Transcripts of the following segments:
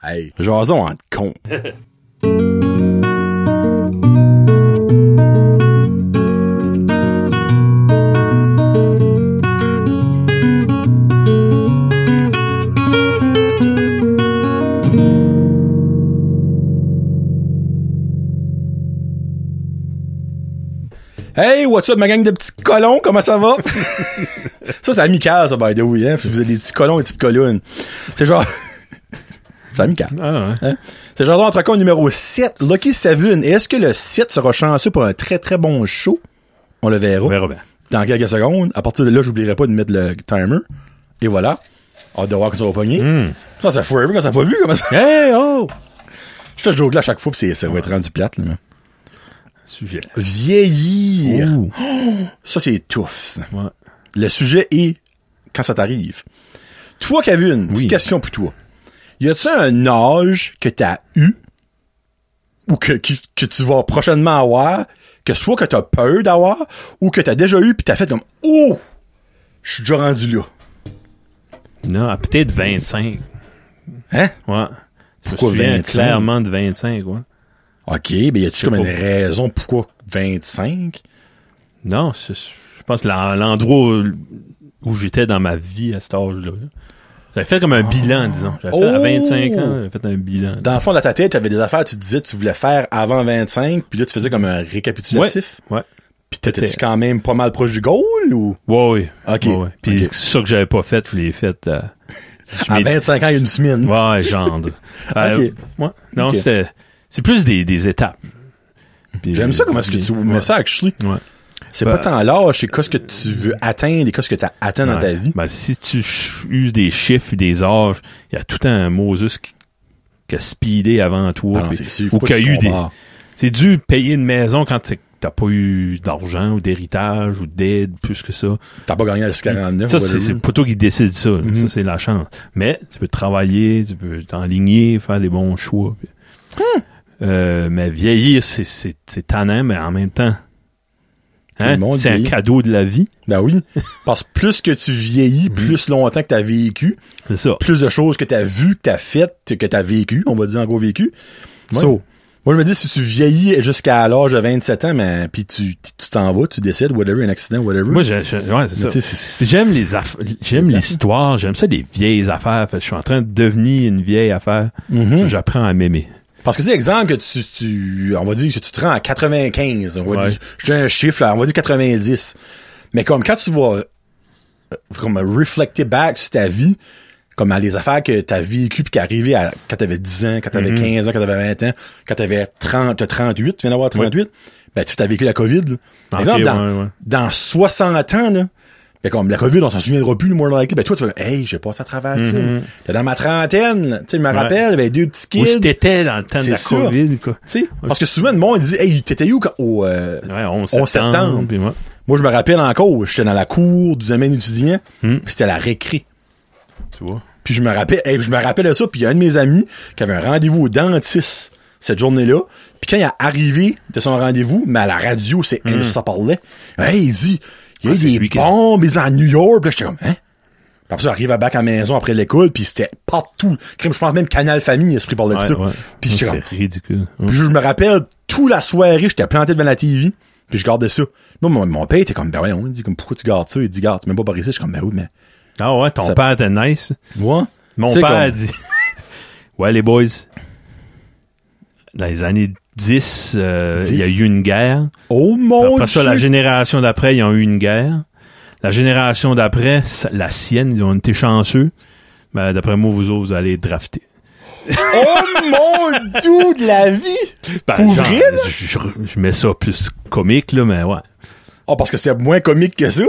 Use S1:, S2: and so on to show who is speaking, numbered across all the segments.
S1: Hey, jason en con. Hey, what's up ma gang de petits colons, comment ça va? ça, c'est amical, ça, by the way, hein? Vous avez des petits colons et des petites colonnes. C'est genre... c'est amical.
S2: Ah, ouais.
S1: Hein? C'est Jason Entrecôte numéro 7, Lucky Savune. Et est-ce que le 7 sera chanceux pour un très très bon show? On le verra
S2: On verra bien.
S1: dans quelques secondes. À partir de là, j'oublierai pas de mettre le timer. Et voilà. Hâte de voir quand ça va pogner.
S2: Hmm.
S1: Ça, c'est forever quand ça n'a pas vu. Comment ça...
S2: Hey, oh!
S1: Je fais ce joke-là à chaque fois, puis c'est- ça va être rendu plate. Là, mais-
S2: Sujet.
S1: Vieillir.
S2: Ouh.
S1: Ça, c'est tough. ça.
S2: Ouais.
S1: Le sujet est quand ça t'arrive. Toi, Kevin, petite
S2: Oui.
S1: question pour toi. Y a-tu un âge que t'as eu ou que, qui- que tu vas prochainement avoir, que soit que t'as peur d'avoir ou que t'as déjà eu puis t'as fait comme Oh! Je suis déjà rendu là.
S2: Non, à peut-être 25.
S1: Hein?
S2: Ouais.
S1: Pourquoi
S2: je me souviens
S1: 25?
S2: clairement de 25, ouais.
S1: OK, ben y a-tu comme une
S2: pas.
S1: raison pourquoi 25?
S2: Non, c'est- je pense que l'en- l'endroit où- où j'étais dans ma vie à cet âge-là. là. J'avais fait comme un bilan, disons. J'avais fait à
S1: Oh!
S2: 25 ans, j'avais fait un bilan.
S1: Dans le fond, dans ta tête, t'avais des affaires, tu te disais que tu voulais faire avant 25, puis là, tu faisais comme un récapitulatif.
S2: Ouais.
S1: Puis t'étais-tu quand même pas mal proche du goal ou?
S2: Ouais, ouais.
S1: Ok.
S2: Ouais, ouais. Puis
S1: Ok.
S2: ça que j'avais pas fait, je l'ai fait euh, je
S1: À
S2: m'étais-
S1: 25 ans, il y a une semaine.
S2: Ouais, gendre. Euh,
S1: Ok.
S2: ouais. Non,
S1: Ok.
S2: c'est c'est plus des, des étapes. Puis-
S1: J'aime ça, comment est-ce que tu
S2: Ouais.
S1: mets ça, actually.
S2: Ouais.
S1: C'est
S2: Ben-
S1: pas tant l'âge, c'est qu'est-ce que tu veux atteindre et qu'est-ce que t'as atteint dans ta
S2: Ouais.
S1: vie.
S2: Ben, si tu ch- uses des chiffres et des âges, il y a tout un Moses qui, qui a speedé avant toi.
S1: Ah non,
S2: puis-
S1: c'est sûr, faut
S2: ou
S1: pas
S2: qui a
S1: que tu
S2: eu des.
S1: compares.
S2: C'est dû payer une maison quand t'es- t'as pas eu d'argent ou d'héritage ou d'aide plus que ça.
S1: T'as pas gagné à 49
S2: Ça,
S1: whatever.
S2: c'est c'est pas toi qui décide ça. là.
S1: Mhm.
S2: Ça, c'est la chance. Mais tu peux travailler, tu peux t'enligner, faire des bons choix. puis-
S1: Hmm.
S2: Euh, mais vieillir, c'est- c'est c'est tannant, mais en même temps,
S1: Tout le
S2: hein,
S1: monde
S2: c'est un
S1: vieillit.
S2: cadeau de la vie.
S1: Ben oui. Parce que plus que tu vieillis,
S2: Mm-hmm.
S1: plus longtemps que t'as vécu,
S2: C'est ça.
S1: plus de choses que t'as vues, que t'as faites, que t'as vécu, on va dire en gros vécu.
S2: Ouais.
S1: So, moi, je me dis, si tu vieillis jusqu'à l'âge de 27 ans, mais puis tu tu t'en vas, tu décides, whatever, un accident, whatever.
S2: Moi, je- je- ouais, c'est
S1: Mais
S2: ça.
S1: tu sais, c'est-
S2: J'aime les aff- j'aime l'histoire, j'aime ça les vieilles affaires. Fait que je suis en train de devenir une vieille affaire.
S1: Mhm.
S2: J'apprends à m'aimer.
S1: Parce que, c'est exemple, que tu, tu, on va dire que tu te rends à 95, on va
S2: Ouais.
S1: dire, je te donne un chiffre, là, on va dire 90. Mais comme quand tu vas, euh, comme reflecter back sur ta vie, comme à les affaires que t'as vécues puis qui arrivaient à, quand t'avais 10 ans, quand t'avais
S2: Mm-hmm.
S1: 15 ans, quand t'avais 20 ans, quand t'avais 30, t'as 38, tu viens d'avoir 38, ben, tu sais, t'as vécu la COVID, là. Par
S2: Ok,
S1: exemple, dans,
S2: ouais, ouais.
S1: dans 60 ans, là, ben, comme la COVID, on s'en souviendra plus, le moins likely, ben, toi, tu vas, hey, j'ai passé à travers ça.
S2: Mm-hmm.
S1: T'es dans ma trentaine, tu sais, je me rappelle, ben, deux petits
S2: Où
S1: kids.
S2: j'étais dans le temps de
S1: C'est
S2: la
S1: ça.
S2: COVID, quoi.
S1: T'sais, Parce que souvent, le monde dit, hey, t'étais où quand, au, euh,
S2: Ouais, 11
S1: 11
S2: septembre.
S1: septembre.
S2: puis ouais.
S1: moi, je me rappelle encore, j'étais dans la cour du domaine étudiant,
S2: Hmm.
S1: pis c'était la récré.
S2: Tu vois.
S1: Puis je me rappelle, hey, je me rappelle de ça, puis il y a un de mes amis qui avait un rendez-vous au dentiste cette journée-là. Puis quand il est arrivé de son rendez-vous, mais à la radio, c'est elle ça parlait. Hey, il dit, il y a
S2: Hmm. Ah, c'est
S1: eu des
S2: lui qui-
S1: bombes ils sont à New York. Puis là, j'étais comme, hein? Puis Après ça, j'arrive à bac à la maison après l'école, puis c'était partout. Crime, Je pense même Canal Famille, esprit parlait de
S2: Ouais,
S1: ça.
S2: ouais.
S1: Puis Mm.
S2: Ça,
S1: j'étais comme,
S2: c'est ridicule. Ouais.
S1: Puis je me rappelle, toute la soirée, j'étais planté devant la TV, puis je gardais ça. Moi, mon, mon père était comme, ben ouais, on dit, comme, pourquoi tu gardes ça? Il dit, garde, tu même pas par ici. Je suis comme, ben oui, mais,
S2: Ah ouais, ton
S1: Ça-
S2: père était nice.
S1: moi,
S2: Mon
S1: tu sais,
S2: père
S1: comme-
S2: a dit Ouais, les boys, dans les années 10, euh, il y a eu une guerre.
S1: oh mon
S2: Après ça, la
S1: Dieu!
S2: génération d'après, ils ont eu une guerre. La génération d'après, ça- la sienne, ils ont été chanceux. Ben, d'après moi, vous autres, vous allez être draftés.
S1: oh mon Dieu de la vie!
S2: Ben,
S1: Pour
S2: genre,
S1: vrai,
S2: je, je- je mets ça plus comique, là, mais ouais.
S1: Ah, parce que c'était moins comique que ça?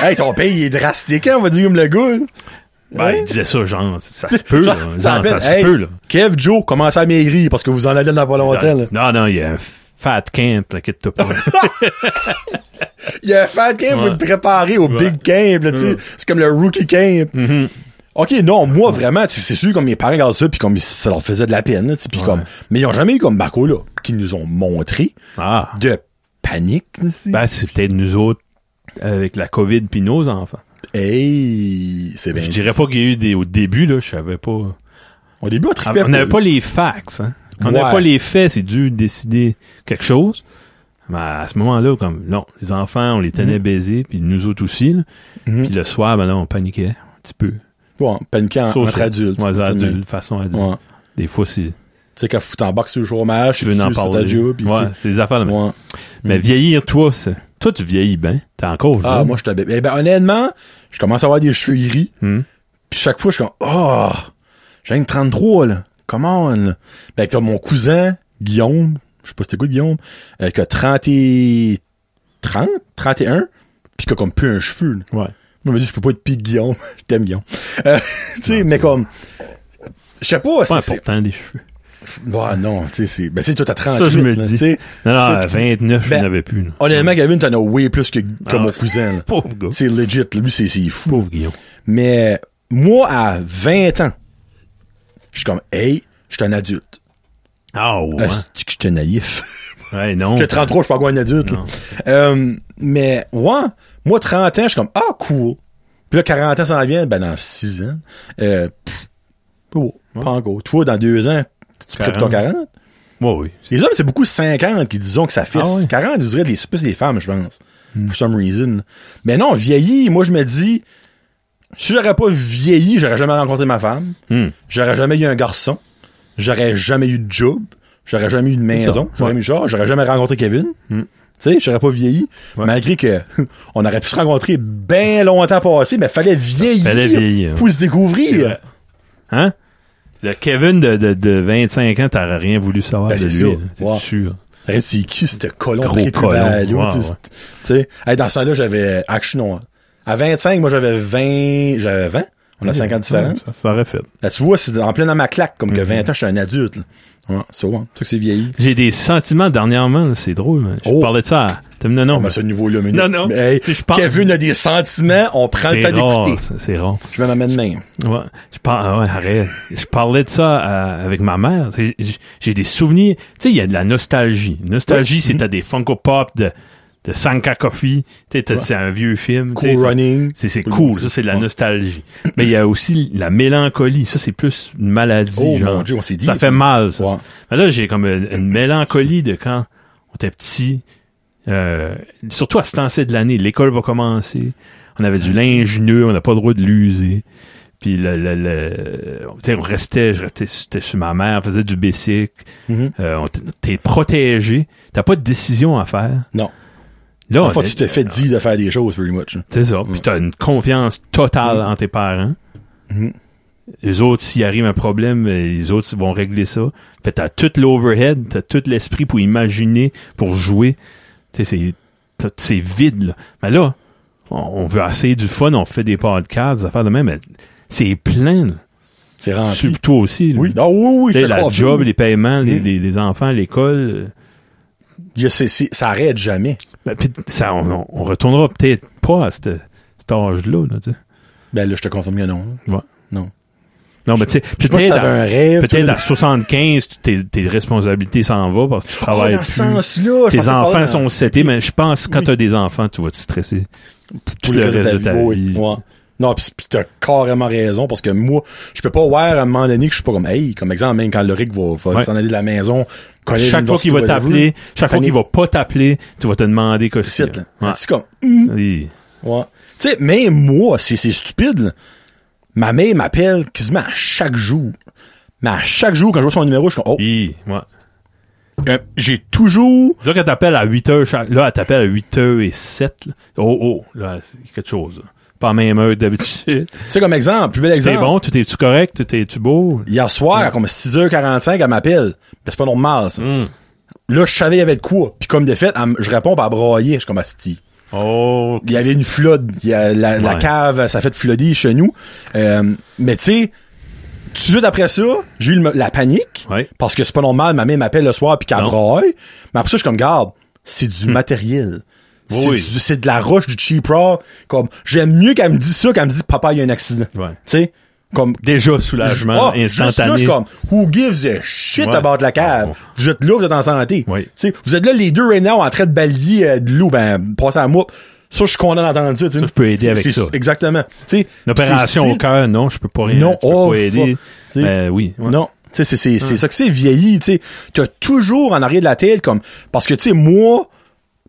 S1: hey, ton père, il est drastique, hein, on va dire comme le gars. là.
S2: Ben,
S1: Ouais.
S2: il disait ça, genre, ça se peut, là.
S1: Genre,
S2: Genre,
S1: ça
S2: ça,
S1: appelle,
S2: se
S1: hey,
S2: peut, là.
S1: Kev Joe, commence à maigrir parce que vous en allez dans pas longtemps, là.
S2: Non, non, il y a un fat camp, t'inquiète-toi pas.
S1: Il y a un fan camp pour
S2: Ouais.
S1: te préparer au
S2: Ouais.
S1: big camp, là, tu sais. C'est comme le rookie camp.
S2: Mhm.
S1: OK, non, moi, vraiment, tu sais, c'est sûr, comme mes parents regardent ça, puis comme ça leur faisait de la peine, là, tu sais, puis comme... Mais ils ont jamais eu comme Marco, là, qui nous ont montré
S2: Ah.
S1: de panique. tu sais.
S2: Ben, c'est peut-être nous autres avec la COVID puis nos enfants.
S1: Hey, Ben, c'est bien
S2: Ben, je
S1: dit.
S2: dirais pas qu'il y a eu des au début là, je savais pas.
S1: Au début, on
S2: Ah,
S1: tripait
S2: On n'avait pas les facts. hein. On n'avait
S1: Ouais.
S2: pas les faits. C'est dû décider quelque chose. Mais à ce moment-là, comme non, les enfants, on les tenait
S1: Mm.
S2: baisés, puis nous autres aussi. là.
S1: Mhm.
S2: Puis le soir, ben là, on paniquait un petit peu.
S1: Ouais, paniquant
S2: Sauf
S1: Ah, entre
S2: ça.
S1: adultes.
S2: Ouais,
S1: Tu sais,
S2: adulte,
S1: mais-
S2: de façon adulte.
S1: Ouais.
S2: Des fois, si
S1: Tu sais, quand tu t'embarques sur le chômage,
S2: tu veux
S1: puis
S2: en
S1: sur ta
S2: parler.
S1: job, puis-
S2: ouais, c'est des affaires. de même.
S1: Ouais.
S2: Mais vieillir, toi, c'est... toi, tu vieillis bien. T'es encore jeune.
S1: Ah, moi, je t'avais. Eh ben, honnêtement, je commence à avoir des cheveux gris.
S2: Hmm.
S1: Puis chaque fois, je suis comme, oh, j'ai une 33, là. Come on, là. Ben, t'as mon cousin, Guillaume, je sais pas si t'écoutes Guillaume, euh, qui a 30 et... 30? 31? Puis qui a comme plus un cheveu, là.
S2: Ouais.
S1: Moi, je me dis, je peux pas être pire que Guillaume. je t'aime, Guillaume. Euh, tu sais, mais comme, je sais pas si
S2: Pas
S1: c'est...
S2: important, des cheveux.
S1: Ouais, non, tu sais, c'est... Ben, tu sais, toi, t'as 30
S2: Ça, je me le dis. Non, non, à
S1: C'est-
S2: 29,
S1: Ben,
S2: je n'avais plus. là.
S1: Honnêtement, Gavin, t'en as way plus que, que
S2: Ah.
S1: mon cousin, là.
S2: Pauvre gars.
S1: C'est legit, là. lui, c'est c'est fou.
S2: Pauvre Guillaume.
S1: Mais moi, à 20 ans, je suis comme, hey, je suis un adulte.
S2: Ah ouais.
S1: Ah, c'est-tu que je suis naïf.
S2: ouais, non.
S1: J'ai 33, je suis pas encore un adulte. là.
S2: Non.
S1: Euh, mais ouais, moi, 30 ans, je suis comme, ah, cool. Puis là, 40 ans, ça en vient, ben dans 6 ans. Euh, pff, oh,
S2: Ouais.
S1: Pas encore. Toi, dans 2 ans, tu prends pour ton 40.
S2: Ouais, oui.
S1: Les hommes, c'est beaucoup 50 qui disons que ça fisse.
S2: Ah ouais. Hmm.
S1: 40, je dirais, les- c'est plus les femmes, je pense. For some reason. Mais non, vieilli, moi, je me dis, si j'aurais pas vieilli, j'aurais jamais rencontré ma femme.
S2: Hmm.
S1: J'aurais jamais eu un garçon. J'aurais jamais eu de job. J'aurais jamais eu de maison.
S2: ça,
S1: J'aurais
S2: ouais.
S1: eu genre, j'aurais jamais rencontré Kevin.
S2: Mm.
S1: Tu sais, j'aurais pas vieilli.
S2: Ouais.
S1: Malgré que on aurait pu se rencontrer bien longtemps passé, mais fallait vieillir,
S2: Fallait vieillir.
S1: pour se
S2: C'est
S1: découvrir.
S2: vrai. Hein? Le Kevin de, de, de 25 ans, t'aurais rien voulu savoir
S1: Ben,
S2: de
S1: c'est
S2: lui.
S1: sûr.
S2: là. C'est
S1: Ouais.
S2: sûr.
S1: Hey, C'est qui ce colon
S2: Gros
S1: prépubal,
S2: colon.
S1: yo,
S2: Ouais,
S1: tu sais,
S2: ouais.
S1: c'est- tu sais. Hey, dans ce temps-là, j'avais action noire. À 25, moi j'avais 20, j'avais 20. On a 50 différents.
S2: Ça, ça aurait fait.
S1: Là, tu vois, c'est en plein dans ma claque, comme que
S2: Mhm.
S1: 20 ans, je suis un adulte. là. Ouais, c'est ouais. C'est que c'est vieilli.
S2: J'ai des sentiments dernièrement, là, c'est drôle. man. Je
S1: Oh. Ah,
S2: parlais de ça. à- T'as mis le nom.
S1: On met ce niveau-là, mais
S2: Non, non.
S1: Mais, hey,
S2: Tu sais, je pense-
S1: Kevin a des sentiments, on prend le
S2: c'est
S1: temps
S2: rare.
S1: d'écouter.
S2: ça, C'est rare.
S1: Je vais m'amener même.
S2: Ouais, je par- ah ouais, arrête. Je parlais de ça à- avec ma mère. C'est- j- J'ai des souvenirs. Tu sais, il y a de la nostalgie. Nostalgie, c'est t'as des Funko Pop de, de Sanka Coffee. Tu sais, t'as- c'est un vieux film. tu sais.
S1: Cool running.
S2: C'est c'est cool. Ça, c'est de la
S1: Ouais.
S2: nostalgie. Mais il y a aussi la mélancolie. Ça, c'est plus une maladie.
S1: Oh
S2: genre.
S1: mon dieu, on s'est dit.
S2: ça fait mal, ça.
S1: Ouais.
S2: Mais là, j'ai comme une, une mélancolie de quand on était petit. Euh, surtout à ce temps-ci de l'année, l'école va commencer. On avait du linge nœud, on n'a pas le droit de l'user. Puis le, le, le- tu sais, on restait, je restais j'étais sur ma mère, on faisait du basic.
S1: Mhm.
S2: Euh, on t- T'es protégé, t'as pas de décision à faire.
S1: Non.
S2: Là, on
S1: Enfin,
S2: est-
S1: tu te fais dire de faire des choses, pretty much. là.
S2: c'est ça. Puis t'as une confiance totale
S1: Mm.
S2: en tes parents. Mm-hmm.
S1: Mhm.
S2: Les autres, s'il arrive un problème, euh, les autres ils vont régler ça. Fait que t'as tout l'overhead, t'as tout l'esprit pour imaginer, pour jouer. Tu sais, c'est- t'as- c'est vide, là. Mais là, on, on veut essayer du fun, on fait des podcasts, des affaires de même. mais C'est plein, là.
S1: C'est rempli.
S2: Sur- toi aussi, là.
S1: Ah, Oui. Ah oui, oui,
S2: Tu
S1: je
S2: sais,
S1: te
S2: la
S1: confirme.
S2: job, les paiements, les,
S1: Mhm.
S2: les- les enfants, l'école.
S1: Il y a- c'est- c'est- Ça arrête jamais.
S2: euh, puis ça, on, on- on retournera peut-être pas à cette- cet âge-là, là, tu sais.
S1: Ben là, je te confirme que non.
S2: Non, mais tu sais,
S1: Je sais pas si
S2: peut-être
S1: t'avais
S2: à-
S1: un rêve.
S2: Peut-être
S1: toi,
S2: à 75, tu- tes, tes responsabilités s'en vont parce que tu
S1: Ah,
S2: travailles
S1: dans ce
S2: plus.
S1: sens-là. je pensais que
S2: tes
S1: tu parlais
S2: enfants
S1: dans-
S2: sont setés, mais je pense que quand
S1: Oui.
S2: t'as des enfants, tu vas te stresser. Tout
S1: pour
S2: le reste de ta
S1: Oui,
S2: vie.
S1: ouais. Non, pis, pis t'as carrément raison, parce que moi, je peux pas voir à un moment donné que je suis pas comme, hey, comme exemple, même quand Loric va, va
S2: Ouais.
S1: s'en aller de la maison, collège,
S2: Chaque fois qu'il va
S1: université,
S2: t'appeler, chaque fois
S1: Prenez-
S2: qu'il va pas t'appeler, tu vas te demander que
S1: whatever, là.
S2: Ouais.
S1: C'est comme, hmm.
S2: Oui.
S1: Ouais. Tu sais, même moi, c'est, c'est stupide. là. Ma mère m'appelle quasiment à chaque jour. Mais à chaque jour, quand je vois son numéro, je suis comme, oh,
S2: Oui. Ouais.
S1: euh, j'ai toujours...
S2: Disons qu'elle t'appelle à 8 h chaque, là, elle t'appelle à 8 h et 7, là. Oh, oh, là, c'est quelque chose, là. Pas la même heure que d'habitude.
S1: Tu sais, comme exemple, plus bel
S2: C'est
S1: exemple.
S2: bon, tout est-tu correct, tout est-tu beau?
S1: Hier soir, à comme 6h45, elle m'appelle. Ben, c'est pas normal, ça.
S2: Hum.
S1: Là, je savais il y avait de quoi. Puis comme de fait, elle m- je réponds par broyer. Je suis comme, asti.
S2: Oh,
S1: il y avait une flotte, il y a la, la
S2: Ouais.
S1: cave, ça fait de flooder chez nous. Euh, mais tu sais, tout de suite après ça, j'ai eu le- la panique,
S2: Ouais.
S1: parce que c'est pas normal, ma mère m'appelle le soir puis qu'elle
S2: Non. Hum.
S1: braille. Mais après ça, je suis comme, garde, c'est du matériel. C'est
S2: Oui.
S1: du- C'est de la roche, du cheap rock. Comme, j'aime mieux qu'elle me dise ça qu'elle me dise, papa, il y a un accident. Tu
S2: Ouais.
S1: sais, comme,
S2: Déjà,
S1: ah,
S2: soulagement
S1: juste là, je
S2: instantané.
S1: suis comme, who gives a shit
S2: Ouais.
S1: about la cave?
S2: Ouais.
S1: Vous êtes là, vous êtes en santé.
S2: Oui.
S1: Tu sais, Vous êtes là, les deux right now, en train de balayer euh, de l'eau, ben, passez à moi. Ça, je suis content d'entendre ça. tu sais.
S2: Ça, je peux aider
S1: C'est-
S2: avec
S1: c'est-
S2: ça.
S1: Exactement. Tu sais,
S2: Une opération
S1: c'est
S2: au cœur, non, je peux pas rien.
S1: Non,
S2: je peux
S1: oh,
S2: pas aider.
S1: fuck, tu sais.
S2: Mais oui. ouais.
S1: Non. Tu sais, c'est, c'est, c'est ça que c'est vieilli, tu sais. T'as toujours en arrière de la tête comme, parce que, tu sais, moi,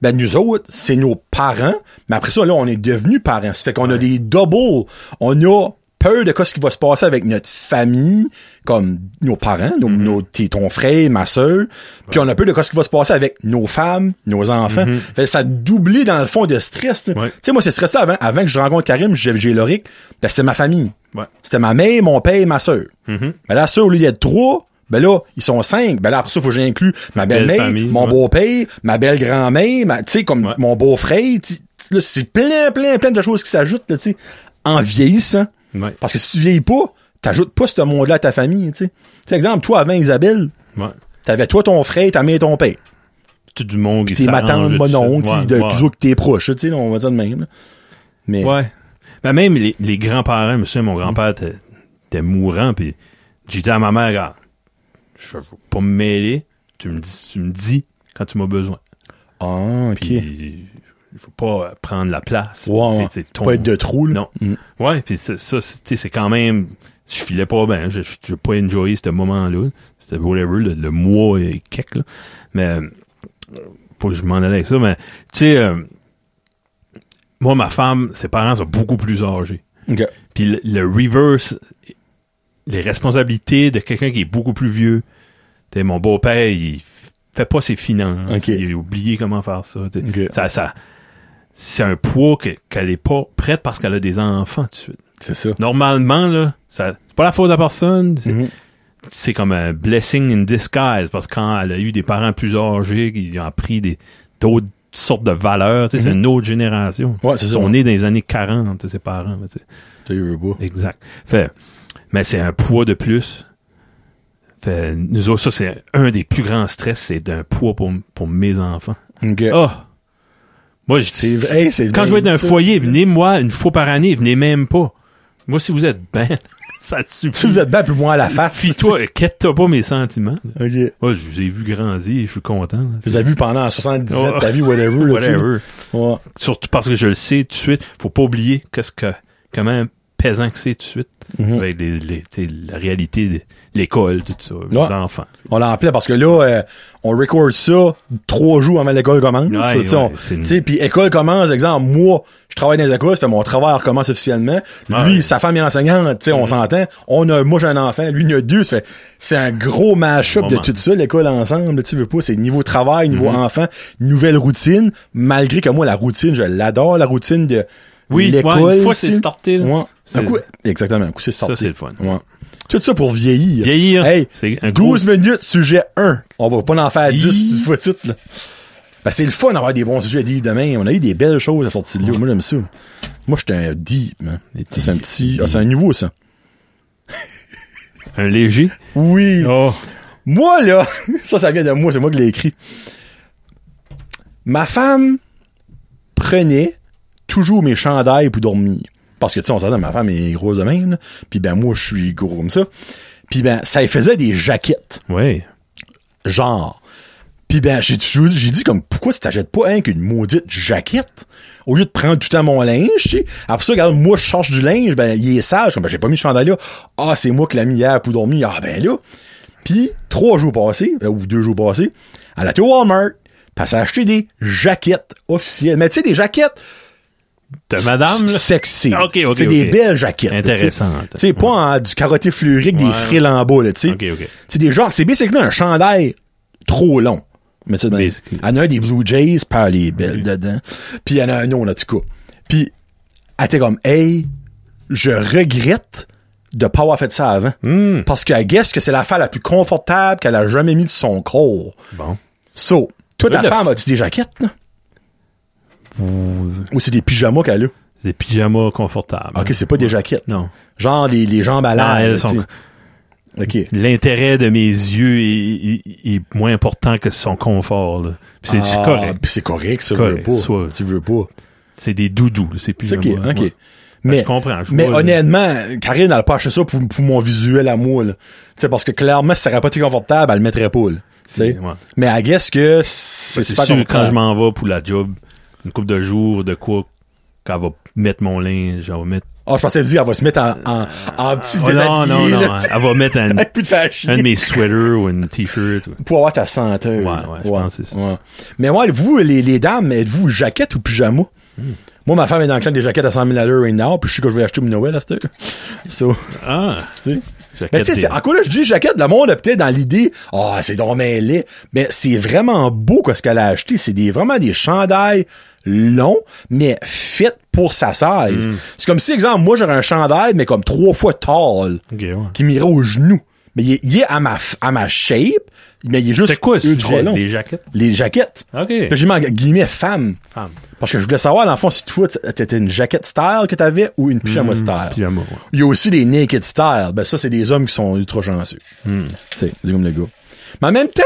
S1: ben, nous autres, c'est nos parents, mais après ça, là, on est devenus parents. Ça fait qu'on a des doubles. On a peur de quoi ce qui va se passer avec notre famille, comme nos parents, nos,
S2: Mm-hmm.
S1: nos- t'es ton frère, ma soeur, puis on a peur de quoi ce qui va se passer avec nos femmes, nos enfants. Fait que ça a doublé dans le fond de stress. tu sais.
S2: Mm-hmm. Ouais.
S1: Tu sais, moi, c'est stressant avant, avant que je rencontre Karim, j'ai, j'ai Loric, ben, c'était ma famille.
S2: Ouais.
S1: C'était ma mère, mon père et ma soeur.
S2: Mhm.
S1: Ben là, ça, au lieu d'être trois, ben là, ils sont cinq. Ben là, après ça, faut que j'inclue ma
S2: Belle
S1: belle-mère,
S2: famille,
S1: mon
S2: ouais.
S1: beau-père, ma belle-grand-mère, ma- tu sais, comme
S2: Ouais.
S1: mon beau-frère. tu- tu- là, C'est plein, plein, plein de choses qui s'ajoutent, là, tu sais, en vieillissant.
S2: Ouais.
S1: Parce que si tu vieillis pas, t'ajoutes pas ce monde-là à ta famille, tu sais. Tu sais, exemple, toi, avant Isabelle,
S2: Ouais.
S1: t'avais toi, ton frère, ta mère et ton père.
S2: Tout du monde qui
S1: T'es ma tante,
S2: s'arrange,
S1: mon
S2: tout ça.
S1: oncle, tu sais,
S2: Ouais,
S1: de
S2: ouais.
S1: toujours que t'es proche, tu sais, on va dire de même. là. Mais,
S2: Ouais. Ben, même les, les grands-parents, monsieur, mon grand-père était, était mourant, puis j'ai dit à ma mère, Ah, je veux pas me mêler, tu me dis, tu me dis quand tu m'as besoin.
S1: ah, ok.
S2: Puis, je veux pas prendre la place.
S1: Ouais, ouais.
S2: C'est- c'est
S1: Pas être de trou, là. Mm.
S2: Non. Ouais, puis ça, ça, c'est tu sais, c'est quand même, je filais pas bien, je je- j'ai pas enjoyé ce moment-là. C'était whatever, le, le mois et quelques, là. Mais, euh, pas que je m'en allais avec ça, mais, tu sais, euh, moi, ma femme, ses parents sont beaucoup plus âgés.
S1: Ok.
S2: Puis le, le reverse, les responsabilités de quelqu'un qui est beaucoup plus vieux. T'sais, mon beau-père, il f- fait pas ses finances.
S1: Ok.
S2: Il a oublié comment faire ça. t'sais.
S1: Ok.
S2: ça, ça c'est un poids que- qu'elle est pas prête parce qu'elle a des enfants tout de suite.
S1: C'est ça.
S2: Normalement, là, ça, c'est pas la faute de la personne. C'est,
S1: Mhm.
S2: c'est comme un blessing in disguise parce que quand elle a eu des parents plus âgés, qui ont appris des, d'autres sortes de valeurs, t'sais,
S1: Mm-hmm.
S2: c'est une autre génération.
S1: Ouais, c'est
S2: Ils
S1: ça.
S2: sont nés dans les années 40, ses parents. là, t'sais.
S1: Tu sais, je veux pas.
S2: Exact. Fait, mais c'est un poids de plus. Fait, nous autres, ça, c'est un des plus grands stress, c'est d'un poids pour, pour mes enfants.
S1: Ok.
S2: Ah! Moi, je
S1: Euh, C'est
S2: dis,
S1: vrai, hey, c'est
S2: quand
S1: bien
S2: je vais être dans un
S1: Ben, dit ça.
S2: foyer, venez-moi une fois par année, venez même pas. Moi, si vous êtes ben, ça te
S1: Si
S2: suffit.
S1: vous êtes bien plus moins à la face.
S2: Fie-toi, quête-toi pas mes sentiments.
S1: Ok.
S2: Moi, je vous ai vu grandir, je suis content. là.
S1: Tu as vu pendant 70 ans de ta
S2: Ouais.
S1: vie, whatever. Là, tu sais.
S2: Whatever.
S1: Ouais.
S2: Surtout parce que je le sais tout de suite. Faut pas oublier qu'est-ce que, comment pesant que c'est tout de suite.
S1: Mhm.
S2: Avec les- les- t'sais, la réalité de l'école, tout ça, les
S1: Ouais.
S2: enfants.
S1: On l'en plaît parce que là, euh, on record ça trois jours avant l'école commence.
S2: Ouais,
S1: Ça, tu sais,
S2: ouais,
S1: on-
S2: c'est une-
S1: tu sais, Puis école commence, exemple, moi, je travaille dans les écoles, c'est mon travail recommence officiellement. Lui,
S2: Ouais. Mm-hmm.
S1: sa femme est enseignante, tu sais, on s'entend. On a, moi j'ai un enfant, lui il en a deux, ça fait c'est un gros mash-up de
S2: Moment. Mm-hmm.
S1: tout ça, l'école ensemble, tu veux pas, c'est niveau travail, niveau enfant, nouvelle routine, malgré que moi la routine, je l'adore, la routine de
S2: Oui,
S1: l'école.
S2: ouais, une fois,
S1: tu sais.
S2: c'est starté, là.
S1: Ouais. Un
S2: C'est-
S1: coup- exactement, un coup c'est starté.
S2: Ça, c'est le fun.
S1: Ouais. Tout ça pour vieillir.
S2: Vieillir,
S1: Hey,
S2: c'est un gros-
S1: 12 minutes, sujet 1. On va pas en faire 10
S2: Hi.
S1: du fois de suite, là. Ben, c'est le fun d'avoir des bons sujets à dire demain. On a eu des belles choses à sortir de là. Moi, j'aime ça. Moi, j'étais un deep, man.
S2: Des
S1: Ça, C'est un
S2: deep,
S1: petit, ah, c'est un nouveau, ça.
S2: Un léger.
S1: Oui.
S2: Oh.
S1: Moi, là, ça, ça vient de moi. C'est moi qui l'ai écrit. Ma femme prenait toujours mes chandails pour dormir. Parce que, tu sais, on s'entend, ma femme est grosse de même, là. Puis, ben, moi, je suis gros comme ça. Puis, ben, ça lui faisait des jaquettes.
S2: Ouais.
S1: genre. Puis ben, j'ai toujours dit- j'ai dit comme pourquoi tu t'achètes pas hein, qu'une maudite jaquette au lieu de prendre tout le temps mon linge, tu sais. Après ça, regarde, moi je cherche du linge, ben il est sage, comme ben, j'ai pas mis le chandail là. Ah, c'est moi qui l'ai mis hier pour dormir. Ah ben là. Puis trois jours passés, ben, ou deux jours passés, elle a été au Walmart, puis elle s'est acheté des jaquettes officielles. Mais tu sais des jaquettes
S2: De madame, là.
S1: sexy.
S2: Ok, ok,
S1: C'est
S2: ok.
S1: des belles jaquettes. là, tu sais.
S2: Intéressante.
S1: Tu sais pas en- du carotté fleuri avec des
S2: Ouais.
S1: frilles en bas là, tu sais.
S2: Ok, ok.
S1: C'est des genres, c'est bien, c'est que là, un chandail trop long. Mais tu sais, ben,
S2: Des-
S1: il y en a un des Blue Jays, par les belles dedans. Puis il y en a un autre, en tout cas. Puis, elle était comme, hey, je regrette de pas avoir fait ça avant.
S2: Hmm.
S1: Parce qu'elle guess que c'est l'affaire la plus confortable qu'elle a jamais mis de son corps.
S2: Bon.
S1: So, toi, ta
S2: Oui, le
S1: femme,
S2: f-
S1: as-tu des jaquettes, là? Ou c'est des pyjamas qu'elle a?
S2: Des pyjamas confortables.
S1: Ah, Ok, c'est pas des jaquettes.
S2: Non.
S1: Genre les, les jambes à
S2: Ah,
S1: l'air.
S2: elles
S1: là,
S2: sont-
S1: tu sais. Ok.
S2: L'intérêt de mes yeux est, est- est moins important que son confort, là. Puis C'est c'est
S1: Ah,
S2: correct.
S1: puis C'est correct, ça,
S2: Correct,
S1: tu veux
S2: soit-
S1: pas. Tu veux pas.
S2: C'est des doudous, là, ces
S1: C'est
S2: pyjamas.
S1: ok, ok.
S2: Ouais. Ben,
S1: Mais,
S2: je comprends, je
S1: mais
S2: vois, là.
S1: honnêtement, Karine, elle a pas acheté ça pour, pour mon visuel à moi, là. Tu sais, parce que clairement, si ça serait pas très confortable, elle le mettrait pas, là. Tu sais.
S2: Ouais.
S1: Mais I guess que c'est
S2: C'est
S1: super
S2: sûr,
S1: confortable.
S2: quand je m'en vais pour la job, une couple de jours, de quoi, quand elle va mettre mon linge, elle va mettre.
S1: Oh, je pensais dire, elle va se mettre en, en, en petit
S2: Oh, non,
S1: déshabillé.
S2: non,
S1: là,
S2: non.
S1: tu sais,
S2: Elle va mettre un,
S1: avec plus de faire chier.
S2: un de mes sweaters ou une t-shirt. ou-
S1: Pour avoir ta senteur.
S2: Ouais,
S1: là.
S2: ouais, je pense que c'est ça.
S1: ouais. Mais ouais, vous, les, les dames, êtes-vous jaquette ou pyjama?
S2: Hmm.
S1: Moi, ma femme est dans le clan des jaquettes à 100 000 à l'heure right now, puis je sais que je vais acheter mon Noël à cette heure. So,
S2: Ah!
S1: tu sais.
S2: Jaquette
S1: Mais tu sais,
S2: des-
S1: c'est- en quoi là, je dis jaquette, le monde a peut-être dans l'idée, ah, c'est donc bien laid. Mais c'est vraiment beau quoi, ce qu'elle a acheté. C'est des, vraiment des chandails longs, mais fit pour sa size.
S2: Hmm.
S1: C'est comme si, exemple, moi, j'aurais un chandail, mais comme trois fois tall,
S2: Ok, ouais.
S1: qui m'irait au genou. Mais il est, il est à ma, f- à ma shape, mais il est juste
S2: C'est quoi, ce
S1: ultra
S2: sujet?
S1: long.
S2: Les jaquettes?
S1: Les jaquettes.
S2: Ok. Ah,
S1: Là, j'ai mis en guillemets femme.
S2: Femme.
S1: Parce que je voulais savoir, dans le fond, si toi, t- t'étais une jaquette style que t'avais ou une pyjama style.
S2: Hmm, Pyjama, ouais.
S1: Il y a aussi les naked style. Ben, ça, c'est des hommes qui sont ultra chanceux.
S2: Hmm.
S1: Tu sais, c'est comme le gars. Mais en même temps,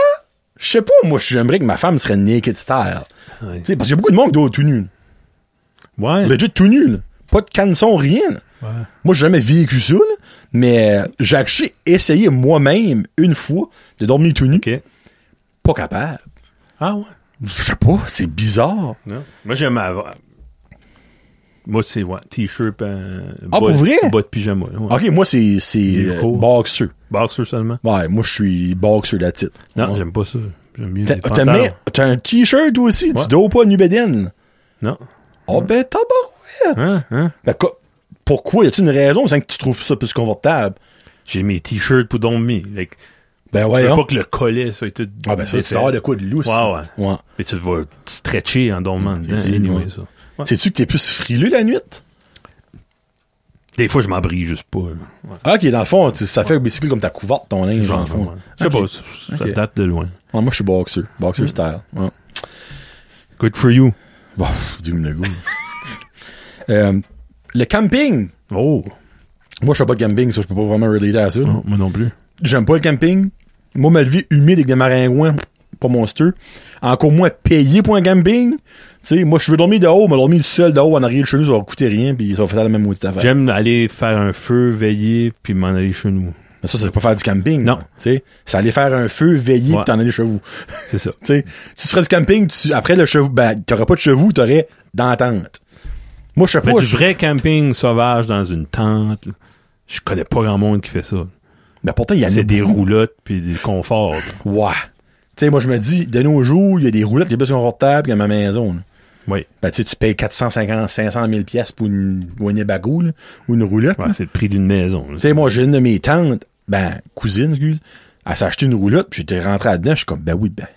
S1: je sais pas, moi, j'aimerais que ma femme serait naked style.
S2: Ouais.
S1: Tu sais, parce qu'il y a beaucoup de monde qui doit être tout nu.
S2: Ouais.
S1: Legit tout nu, là. Pas de canson, rien. là.
S2: Ouais.
S1: Moi, j'ai jamais vécu ça, là, mais euh, j'ai actually essayé moi-même, une fois, de dormir tout nu.
S2: Ok.
S1: Pas capable.
S2: Ah, ouais.
S1: Je sais pas, c'est bizarre.
S2: Non. Moi, j'aime avoir. Moi, c'est ouais, t-shirt, euh,
S1: Ah,
S2: bas-
S1: pour vrai? Ah.
S2: Bas de pyjama. ouais.
S1: Ok, moi, c'est, c'est
S2: est
S1: euh,
S2: court.
S1: boxer.
S2: Boxer seulement.
S1: Ouais, moi, je suis boxer la titre.
S2: Non, j'aime pas ça. J'aime mieux
S1: T'as
S2: les
S1: t'as
S2: pantalons.
S1: mis- t'as un t-shirt, toi aussi?
S2: Ouais.
S1: Tu dors pas nu bédaine?
S2: Non.
S1: Oh, ben, tabarouette!
S2: Hein? Hein?
S1: Ben, quoi- pourquoi? Y a-t-il une raison? C'est que tu trouves ça plus confortable.
S2: J'ai mes t-shirts pour dormir. Like,
S1: Ben,
S2: je
S1: ouais,
S2: veux pas que le collet soit tout.
S1: Ah, ben, ça, tu
S2: défait.
S1: t'as de quoi de lousse.
S2: Ouais, ouais.
S1: Ouais.
S2: Mais tu te vas stretcher en dormant dedans.
S1: c'est-
S2: anyway,
S1: ouais.
S2: ça. Ouais.
S1: Sais-tu que t'es plus frileux la nuit?
S2: Des fois, je m'en brille juste pas. là. Ouais.
S1: Ah, ok, dans le fond, tu- ça fait basically comme ta couverte, ton linge, dans le fond.
S2: ouais. Je sais
S1: Ok.
S2: pas, ça, ça
S1: Ok.
S2: date de loin.
S1: Ouais, moi, je suis boxer. Boxer
S2: Mm.
S1: style. Ouais.
S2: Good for you.
S1: Bon, dis-moi le goût. Euh, le camping.
S2: Oh,
S1: Moi, je fais pas de camping, ça, je peux pas vraiment relater à ça. là.
S2: non, moi non plus.
S1: J'aime pas le camping. Moi, ma vie humide avec des maringouins, pas monstrueux. Encore moins payé pour un camping. Tu sais, moi, je veux dormir dehors, mais dormir seul dehors en arrière de chez nous, ça va coûter rien, puis ça va faire la même maudite affaire.
S2: J'aime aller faire un feu, veiller, puis m'en aller chez nous.
S1: Mais ça, c'est pas faire du camping.
S2: Non.
S1: ça. Tu sais, c'est aller faire un feu, veiller,
S2: Ouais.
S1: puis t'en aller chez vous.
S2: C'est ça.
S1: Tu sais, si tu ferais du camping, tu- après le chevaux, ben, t'aurais pas de chevaux, t'aurais dans la tente. Moi, je sais pas.
S2: Mais du
S1: je-
S2: vrai camping sauvage dans une tente, là, je connais pas grand monde qui fait ça.
S1: Mais pourtant, il y en a
S2: C'est des
S1: beaucoup.
S2: roulottes puis des conforts. là.
S1: Ouais. Tu sais, moi, je me dis, de nos jours, il y a des roulettes qui sont plus confortables qu'à ma maison. là.
S2: Oui,
S1: Ben, tu sais, tu payes 450, 500 000 pièces pour une, pour une bagou, là, ou une roulette.
S2: ouais,
S1: là.
S2: c'est le prix d'une maison. là.
S1: Tu sais, moi, j'ai une de mes tantes, ben, cousine, excuse, elle s'est acheté une roulotte, puis j'étais rentré là-dedans, je suis comme, ben oui, ben.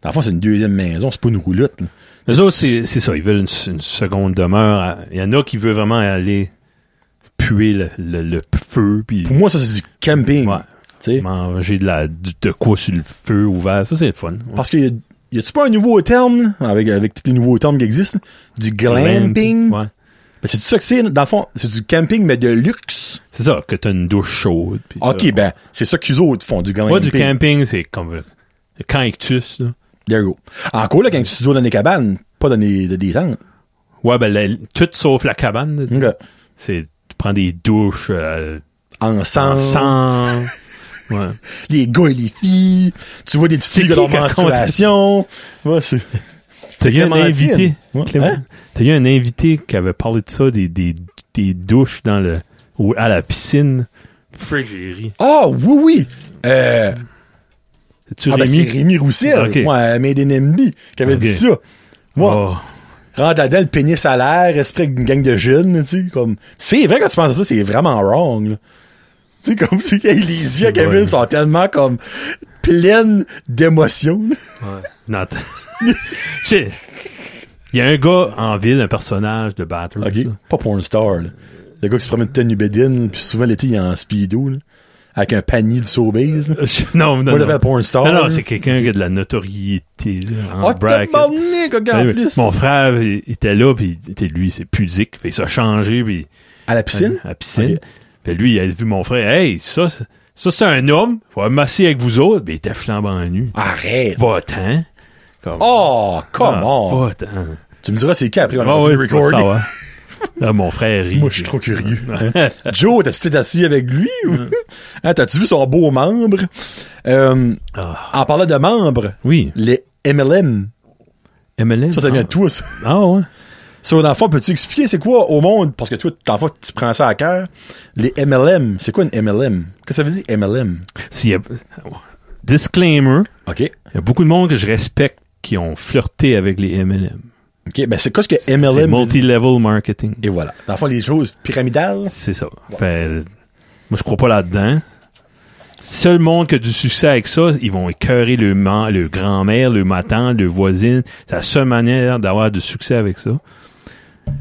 S1: Dans le fond, c'est une deuxième maison, c'est pas une roulotte, là.
S2: Eux autres, c'est c'est ça. Ils veulent une, une seconde demeure. Il y en a qui veulent vraiment aller puer le, le- le feu puis
S1: Pour moi, ça, c'est du camping.
S2: Ouais.
S1: Tu sais.
S2: manger de, la, du- de quoi sur le feu ouvert. Ça, c'est le fun. Ouais.
S1: Parce que, y a- y a-tu pas un nouveau terme, là, avec, avec tous les nouveaux termes qui existent, là, du glamping?
S2: Ouais.
S1: Ben, c'est ça que c'est, dans le fond, c'est du camping, mais de luxe.
S2: C'est ça, que t'as une douche chaude. puis t'as-
S1: Ok, ben, c'est ça qu'ils autres font, du glamping.
S2: Pas Euh, du camping, c'est comme le, le cactus, là.
S1: There you go. Encore là, quand tu dors dans des cabanes, pas dans des, des- des tentes. hein,
S2: Ouais, ben, la- tout sauf la cabane. là.
S1: Ok.
S2: C'est, tu prends des douches euh,
S1: Ensemble.
S2: ensemble. ouais.
S1: Les gars et les filles. Tu vois des petites filles
S2: qui
S1: de leur
S2: qui raconte
S1: menstruation. Ouais, c'est.
S2: T'as eu un
S1: Clémentine.
S2: invité.
S1: Ouais.
S2: Clément-
S1: Hein?
S2: T'as eu un invité qui avait parlé de ça, des, des, des douches dans le, au- à la piscine. Frick, j'ai ri.
S1: Ah, oui, oui. Euh,
S2: Tu
S1: ah, ben, c'est Rémi Roussel.
S2: Ok.
S1: Ouais, Made in MB, qui avait
S2: Ok.
S1: dit ça. Ouais.
S2: Oh,
S1: Rentre là-dedans, le pénis à l'air, esprit avec une gang de jeunes, tu sais, comme. C'est vrai, quand tu penses à ça, c'est vraiment wrong, là. Tu sais, comme si hey, les yeux à Kevin
S2: Ouais.
S1: sont tellement, comme, pleines d'émotions, là.
S2: non, t- Shit. Il y a un gars en ville, un personnage de Battle.
S1: OK. Pas porn star, là. Le gars qui se promène de tenue bédine, puis souvent l'été, il est en speedo, là, avec un panier de showbiz. là.
S2: Non, non,
S1: Moi,
S2: non.
S1: j'appelle porn star.
S2: Non, non,
S1: là.
S2: c'est quelqu'un qui a de la notoriété. Là, en
S1: Ah, t'as
S2: bracket.
S1: demandé, regarde, en
S2: Ben oui.
S1: plus.
S2: Mon frère, il il était là, puis il était, lui, c'est pudique. Fait, il s'est changé, puis
S1: À la piscine?
S2: À la piscine.
S1: Ok.
S2: Puis lui, il a vu mon frère. Hey, ça, c'est- ça c'est un homme. Faut masser avec vous autres. Mais il était flambant nu.
S1: Arrête.
S2: Va-t'en. Comme,
S1: Oh, come
S2: ah,
S1: on.
S2: Va-t'en.
S1: Tu me diras c'est qui après on
S2: Ah
S1: va
S2: ouais,
S1: faire le
S2: tu vas
S1: recording.
S2: savoir. Là, mon frère rit.
S1: Moi, je suis trop curieux. Hein? Joe, t'as-tu été assis avec lui? ou-
S2: Mm.
S1: Hein, T'as-tu vu son beau membre? Euh,
S2: Ah,
S1: en parlant de membres,
S2: oui.
S1: les MLM.
S2: MLM.
S1: Ça, ça vient
S2: ah.
S1: de toi, ça.
S2: Ah, ouais.
S1: So, dans le fond, peux-tu expliquer c'est quoi au monde, parce que toi, dans le fond, tu prends ça à cœur, les MLM. C'est quoi une MLM? Qu'est-ce que ça veut dire, MLM?
S2: S'il y a- Disclaimer,
S1: OK.
S2: il y a beaucoup de monde que je respecte qui ont flirté avec les MLM.
S1: OK, ben c'est quoi ce que
S2: C'est
S1: MLM...
S2: multi-level marketing.
S1: Et voilà. Dans le fond, les choses pyramidales.
S2: C'est ça. Fait, moi, je crois pas là-dedans. Seul monde qui a du succès avec ça, ils vont écœurer le, ma- le grand-mère, le matin, le voisine. C'est la seule manière d'avoir du succès avec ça.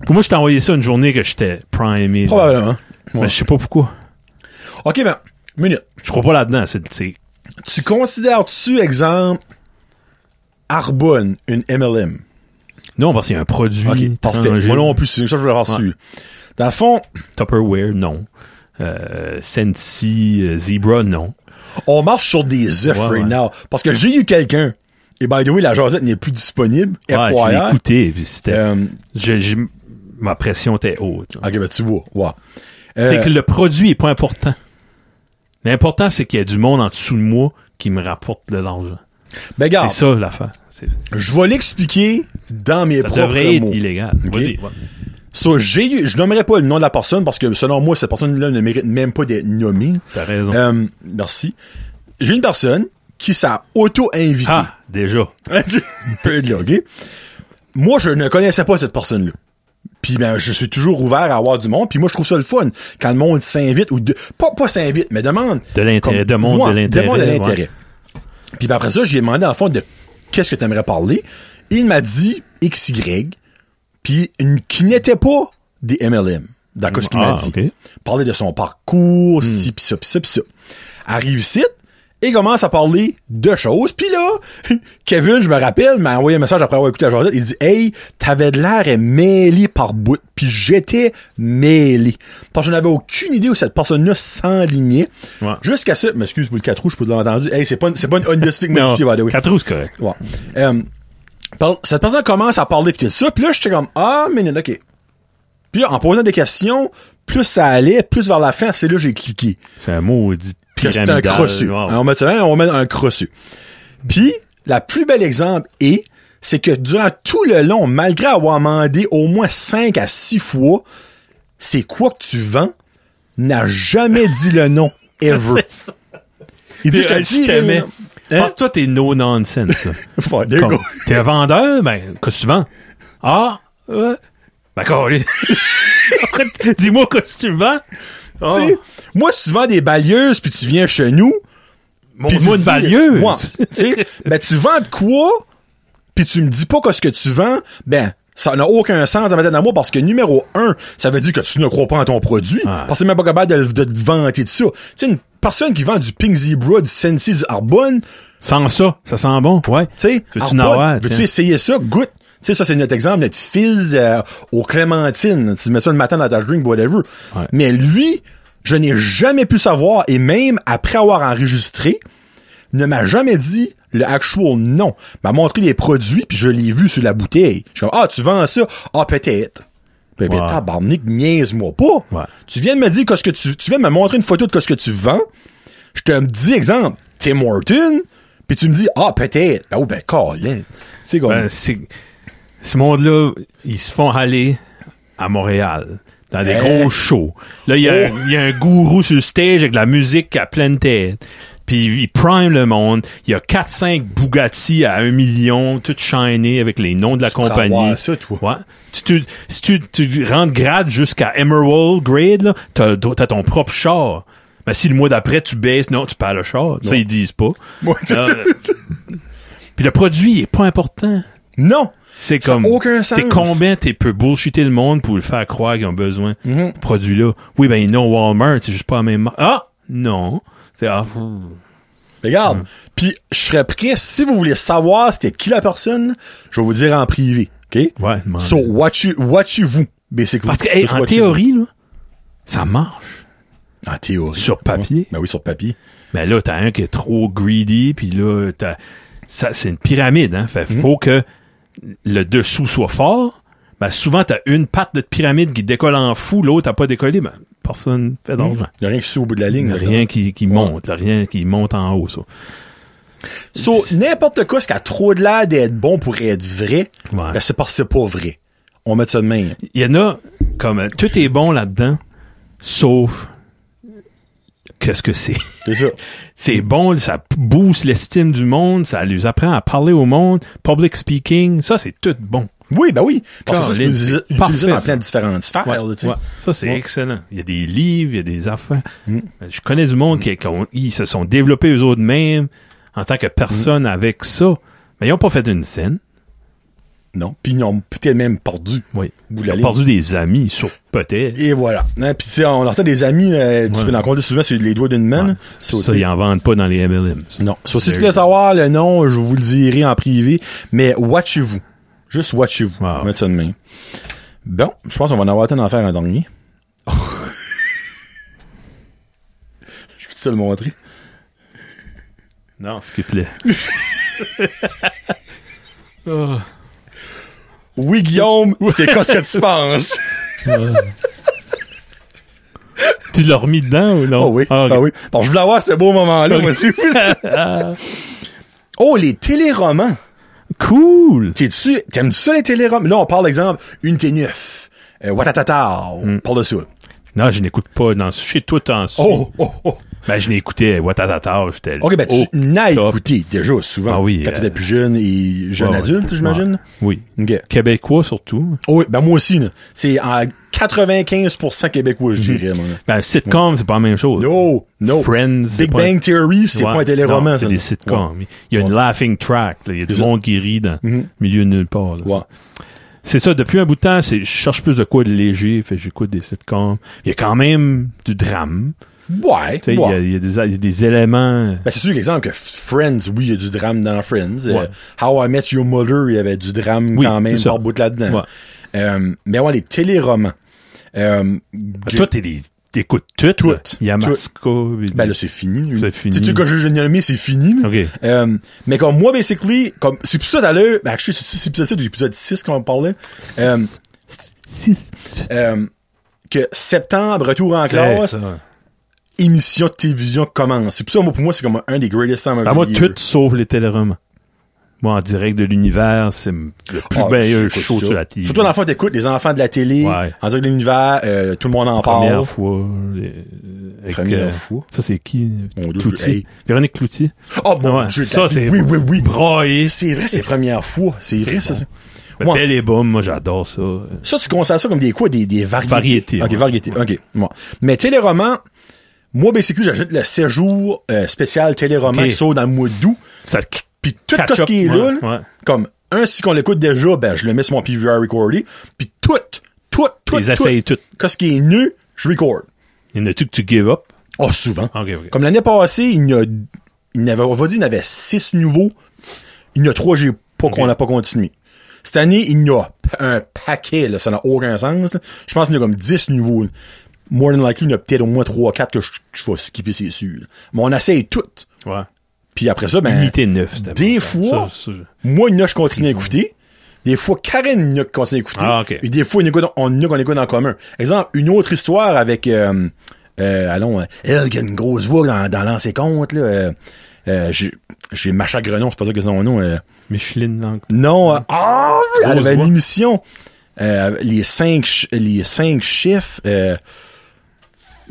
S2: Pour moi, je t'ai envoyé ça une journée que j'étais primé. là.
S1: Probablement.
S2: Mais je sais pas pourquoi.
S1: OK, ben, minute.
S2: Je crois pas là-dedans. C'est, c'est-
S1: Tu considères-tu, exemple, Arbonne, une MLM?
S2: Non, parce qu'il y a un produit.
S1: OK, parfait.
S2: tangible.
S1: Moi non plus, c'est une chose que je voulais avoir su. Dans le fond,
S2: Tupperware, non. Euh, Sensi, euh, Zebra, non.
S1: on marche sur des œufs
S2: Ouais,
S1: right
S2: ouais.
S1: now. Parce que j'ai eu quelqu'un. Et by the way, la jasette n'est plus disponible.
S2: Ouais, je l'ai
S1: FYI.
S2: écouté, puis c'était...
S1: Euh,
S2: je- je- ma pression était haute. là.
S1: ok, ben tu vois. Ouais.
S2: C'est
S1: Euh,
S2: que le produit est pas important. L'important, c'est qu'il y a du monde en dessous de moi qui me rapporte de l'argent.
S1: ben,
S2: C'est
S1: regarde,
S2: ça, l'affaire. C'est-
S1: je vais l'expliquer dans mes
S2: Ça devrait
S1: propres
S2: être
S1: mots.
S2: illégal.
S1: Ok.
S2: Vas-y, ouais.
S1: So, j'ai eu, je nommerai pas le nom de la personne parce que selon moi, cette personne-là ne mérite même pas d'être nommée.
S2: T'as raison.
S1: Euh, merci. J'ai une personne qui s'est auto-invitée.
S2: ah, déjà.
S1: Peu de là, OK? Moi, je ne connaissais pas cette personne-là. Puis ben, je suis toujours ouvert à avoir du monde. Puis moi, je trouve ça le fun quand le monde s'invite ou de, pas pas s'invite, mais demande.
S2: De l'intérêt.
S1: Comme-
S2: Demande
S1: moi,
S2: de l'intérêt.
S1: demande de
S2: ouais.
S1: l'intérêt. Puis ben, après ça, j'ai demandé en fond de qu'est-ce que tu aimerais parler. Il m'a dit XY, puis une, qui n'était pas des MLM. D'accord, ce qu'il m'a
S2: Ah,
S1: dit
S2: ok.
S1: parler de son parcours, si pis ça pis ça pis ça. Arrive ici et commence à parler de choses. Puis là, Kevin, je me rappelle, m'a envoyé un message après avoir écouté la journée. Il dit Hey, t'avais de l'air mêlé par bout. Puis j'étais mêlé. Parce que je n'avais aucune idée où cette personne-là s'enlignait.
S2: Ouais.
S1: Jusqu'à ce. M'excuse pour le 4 roues, je peux l'avoir entendu. Hey, c'est pas une, c'est pas une honorifique
S2: Non,
S1: modifiée, by the way.
S2: quatre roues, c'est correct.
S1: Ouais. Euh, par- cette personne commence à parler pis tout ça, puis là j'étais comme ah minute, ok. Puis là, en posant des questions, plus ça allait, plus vers la fin, c'est là que j'ai cliqué.
S2: C'est un maudit
S1: Que C'était
S2: pyramidal.
S1: un crossu.
S2: Wow.
S1: On met ça là, on met un crossu. Puis la plus belle exemple est c'est que durant tout le long, malgré avoir demandé au moins 5 à 6 fois c'est quoi que tu vends, n'a jamais dit le nom ever.
S2: C'est ça.
S1: Il dit
S2: T'es-
S1: je te
S2: je
S1: dis,
S2: t'aimais.
S1: Hein?
S2: Parce que toi, t'es no-nonsense. là.
S1: Ouais, there you
S2: Comme,
S1: go.
S2: T'es un vendeur, ben, qu'est-ce que tu vends? Ah, euh, ben, carré. Dis-moi qu'est-ce que tu vends? Ah,
S1: Tu sais, Moi, si tu vends des balayeuses puis tu viens chez nous, puis tu
S2: Montre-moi une
S1: dis-
S2: balieuse.
S1: Ouais. tu sais, ben tu vends de quoi puis tu me dis pas que ce que tu vends, ben ça n'a aucun sens dans ma tête à moi parce que numéro un, ça veut dire que tu ne crois pas en ton produit
S2: Ah.
S1: parce que t'es même pas capable de, le- de te vanter de ça. Tu sais une personne qui vend du Pink Zebra, du Sensi, du Arbonne,
S2: Sans ça, ça sent bon, ouais.
S1: tu sais,
S2: Veux-tu
S1: Arbonne,
S2: en avoir,
S1: veux-tu
S2: tiens?
S1: essayer ça Goûte. Tu sais ça c'est notre exemple, notre fils euh, au clémentine, tu mets ça le matin dans ta drink whatever.
S2: Ouais.
S1: Mais lui, je n'ai jamais pu savoir et même après avoir enregistré, ne m'a jamais dit le actual nom. M'a montré les produits puis je l'ai vu sur la bouteille. Je suis comme, ah, tu vends ça? Ah, peut-être. Ben, ben,
S2: Ouais.
S1: tabarnak, niaise-moi pas.
S2: Ouais.
S1: Tu viens de me dire qu'est-ce que tu, tu viens de me montrer une photo de ce que tu vends. Je te dis exemple, Tim Horton, puis tu me dis, ah, peut-être. Ben, oh, ben, Colin. C'est comme,
S2: Ben, c'est, ce monde-là, ils se font aller à Montréal. Dans des
S1: Hey.
S2: gros shows. Là, il y, a-
S1: Eh. Oh.
S2: il y a un gourou sur le stage avec de la musique à pleine tête. Puis il prime le monde. Il y a 4-5 Bugatti à 1 million, toutes shiny avec les noms de la
S1: pourras
S2: compagnie.
S1: avoir ça, toi.
S2: Ouais. Tu, tu- si tu, tu rentres grade jusqu'à Emerald grade, là, t'as, le droit- t'as ton propre char. Mais si le mois d'après tu baisses, non, tu perds le char. Ça,
S1: Ouais.
S2: ils disent pas.
S1: Moi, tu-
S2: Euh, Puis le produit il est pas important.
S1: non.
S2: C'est
S1: Ça a
S2: comme.
S1: aucun sens.
S2: C'est combien tu peux bullshiter le monde pour le faire croire qu'ils ont besoin
S1: Mm-hmm.
S2: de ce produit-là. Oui, ben, non, Walmart, c'est juste pas la même marque. Ah! Non. C'est, ah, pff.
S1: Regarde. Puis je serais prêt, si vous voulez savoir c'était qui la personne, je vais vous dire en privé. OK?
S2: ouais, man.
S1: So, watch you, watch you vous, basically.
S2: Parce que, hey,
S1: Just
S2: en
S1: watch you.
S2: théorie, là, ça marche.
S1: En théorie.
S2: Sur papier.
S1: Ben oui, sur papier.
S2: Mais là, t'as un qui est trop greedy, puis là, t'as, ça, c'est une pyramide, hein. Fait, faut que le dessous soit fort. Ben, souvent, t'as une patte de pyramide qui décolle en fou, l'autre, t'as pas décollé, ben, personne fait d'argent.
S1: Il a rien qui suit au bout de la ligne.
S2: Rien qui, qui monte, là, rien qui monte en haut, ça.
S1: So, n'importe quoi, ce qui a trop de l'air d'être bon pour être vrai,
S2: Ouais.
S1: ben c'est parce que c'est pas vrai. on met ça de même.
S2: Il y en a comme euh, tout est bon là-dedans, sauf qu'est-ce que c'est.
S1: C'est ça.
S2: C'est bon, ça booste l'estime du monde, ça les apprend à parler au monde, public speaking, ça c'est tout bon.
S1: Oui, ben oui. Parce que ça, tu peux
S2: Caroline,
S1: l'utiliser-
S2: c'est
S1: l'utiliser dans
S2: parfait,
S1: plein de différentes sphères.
S2: Ouais,
S1: là, tu sais.
S2: ouais. Ça, c'est
S1: Ouais. Mm.
S2: excellent. Il y a des livres, il y a des affaires. Je connais du monde qui, qui ont- ils se sont développés eux autres mêmes en tant que
S1: Mm.
S2: personne avec ça. Mais ils n'ont pas fait une scène.
S1: Non. Puis ils ont peut-être même perdu.
S2: Oui.
S1: Bout de
S2: Ils
S1: la
S2: ont
S1: ligne.
S2: perdu des amis, sur peut-être.
S1: Et voilà. Hein, puis tu sais, on entend des amis, euh, tu
S2: Ouais.
S1: peux en compter souvent sur les doigts d'une main. là. Ça aussi.
S2: Ça, ils n'en vendent pas dans les MLM. ça.
S1: Non. Ça aussi, si tu voulais savoir le nom, je vous le dirai en privé. Mais watchez-vous. Juste watchez-vous.
S2: Wow.
S1: Mettez ça de main. Bon, je pense qu'on va en avoir le temps d'en faire un dernier. je peux te le montrer.
S2: Non, s'il te plaît. Oh.
S1: Oui, Guillaume, c'est quoi ce que tu penses?
S2: Tu l'as remis dedans ou non?
S1: Oh oui,
S2: Ah, ok.
S1: ah oui. Bon, je voulais avoir ce beau moment-là, moi aussi. oh, les téléromans.
S2: Cool!
S1: T'es-tu, t'aimes-tu ça, les téléromans? Là, on parle, exemple, une T9, euh, Watatata, on
S2: Hmm.
S1: parle de ça.
S2: Non, je n'écoute pas. Dans, chez toi, t'en suis.
S1: Oh, oh, oh.
S2: Ben, je l'écoutais. Watatata, j'étais
S1: OK, ben,
S2: au
S1: tu n'as
S2: Oh, top.
S1: écouté déjà souvent.
S2: Ah oui,
S1: Quand
S2: euh,
S1: t'étais plus jeune et jeune
S2: Ouais, ouais.
S1: adulte, j'imagine.
S2: Ouais. Oui.
S1: OK.
S2: Québécois surtout.
S1: Oh, oui, ben, moi aussi, là. C'est en 95% québécois, je dirais, moi. là.
S2: Ben, sitcom, c'est pas la même chose.
S1: No, no.
S2: Friends. c'est
S1: Big
S2: pas
S1: Bang Theory, c'est
S2: Ouais,
S1: pas un téléroman,
S2: non,
S1: ça,
S2: C'est des
S1: non.
S2: sitcoms. Il y a une laughing track. là. Il y a du
S1: ça.
S2: monde qui rit dans
S1: Mhm.
S2: milieu de nulle part. là.
S1: Ouais. Ouais.
S2: C'est ça, depuis un bout de temps, c'est- je cherche plus de quoi de léger. Fait que j'écoute des sitcoms. Il y a quand même du drame.
S1: Ouais.
S2: Tu sais, Il, y a, il y a des, il y a des éléments.
S1: Ben, c'est sûr, l'exemple, que Friends, oui, il y a du drame dans Friends. Euh,
S2: Ouais.
S1: How I Met Your Mother, il y avait du drame
S2: Oui,
S1: quand même
S2: c'est ça.
S1: par bout là-dedans.
S2: Ouais.
S1: Euh, mais ouais, les téléromans. Euh,
S2: Ben,
S1: que-
S2: Toi, t'es des- t'écoutes tout.
S1: Tout.
S2: là. Yamaska. puis-
S1: ben là, c'est fini.
S2: C'est fini.
S1: Tu sais, que j'ai nommé, c'est fini. là.
S2: OK.
S1: Euh, mais comme moi, basically, comme, c'est pour ça d'ailleurs, ben, je sais, c'est c'est épisode 7 ou épisode 6 qu'on parlait, euh, euh, que septembre, retour en
S2: C'est
S1: classe,
S2: ça.
S1: émission de télévision commence. C'est pour ça, moi, pour moi, c'est comme un des greatest times of
S2: Ben, moi,
S1: the year.
S2: tout sauf les téléromans. Moi, en direct de l'univers, c'est m- le plus
S1: Ah,
S2: meilleur
S1: j'écoute
S2: show
S1: ça.
S2: sur la TV.
S1: Surtout l'enfant, t'écoutes les enfants de la télé,
S2: Ouais.
S1: en direct de l'univers, euh, tout le monde en
S2: première
S1: parle.
S2: fois. euh, avec,
S1: Première
S2: euh,
S1: fois.
S2: Ça, c'est qui?
S1: Mon Dieu,
S2: Cloutier.
S1: hey.
S2: Véronique Cloutier.
S1: Oh mon
S2: Ouais,
S1: Dieu,
S2: ça,
S1: t'as-
S2: c'est-
S1: oui, oui, oui.
S2: Braillé.
S1: C'est vrai, c'est la première fois. C'est vrai, ça.
S2: bon.
S1: c'est-
S2: Le
S1: Ouais.
S2: Bel et Bum, moi, j'adore ça.
S1: Ça, tu considères ça comme des quoi? Des, des variétés.
S2: Variétés,
S1: Ok,
S2: ouais.
S1: variétés. Ok, bon. Mais téléroman, moi, basically, j'ajoute le séjour euh, spécial téléroman
S2: Ok.
S1: qui sort dans le mois d'août.
S2: Ça
S1: Puis tout
S2: catch
S1: ce qui est
S2: up,
S1: là,
S2: ouais,
S1: là,
S2: ouais.
S1: comme un, si qu'on l'écoute déjà, ben, je le mets sur mon PVR recordé. Puis tout, tout, tout,
S2: les
S1: tout,
S2: essayes toutes.
S1: qu'est-ce qui est nu, je record.
S2: Il y en a-tu que tu give up?
S1: Oh, souvent.
S2: Ok, ok.
S1: Comme l'année passée, il y a, il y en avait, on va dire, il y en avait six nouveaux. Il y en a trois, j'ai pas, qu'on n'a pas continué. Cette année, il y en a p- un paquet, là, ça n'a aucun sens. là. Je pense qu'il y en a comme dix nouveaux. là. More than likely, il y en a peut-être au moins trois, quatre que je, je vais skipper, c'est sûr. là. Mais on essaye toutes.
S2: Ouais.
S1: Puis après ça, ben,
S2: Unité 9, c'était
S1: des
S2: bon.
S1: fois-
S2: Ça, ça,
S1: moi, il y en a, je continue à écouter. Des fois, Karen, il y en a qui continue à écouter.
S2: Mhm. Ah, ok.
S1: Et des fois, il y en a qu'on- on y en a qu'on écoute en commun. Exemple, une autre histoire avec, euh, euh, allons, euh, elle qui a une grosse voix dans, dans l'ancien compte, là. euh, euh, j'ai- j'ai Macha Grenon, c'est pas ça que c'est son nom. euh.
S2: Micheline Lang-
S1: Non, euh, ah, elle
S2: Grosse
S1: avait
S2: voix.
S1: une émission. euh, les cinq, ch- les cinq chiffres. Euh,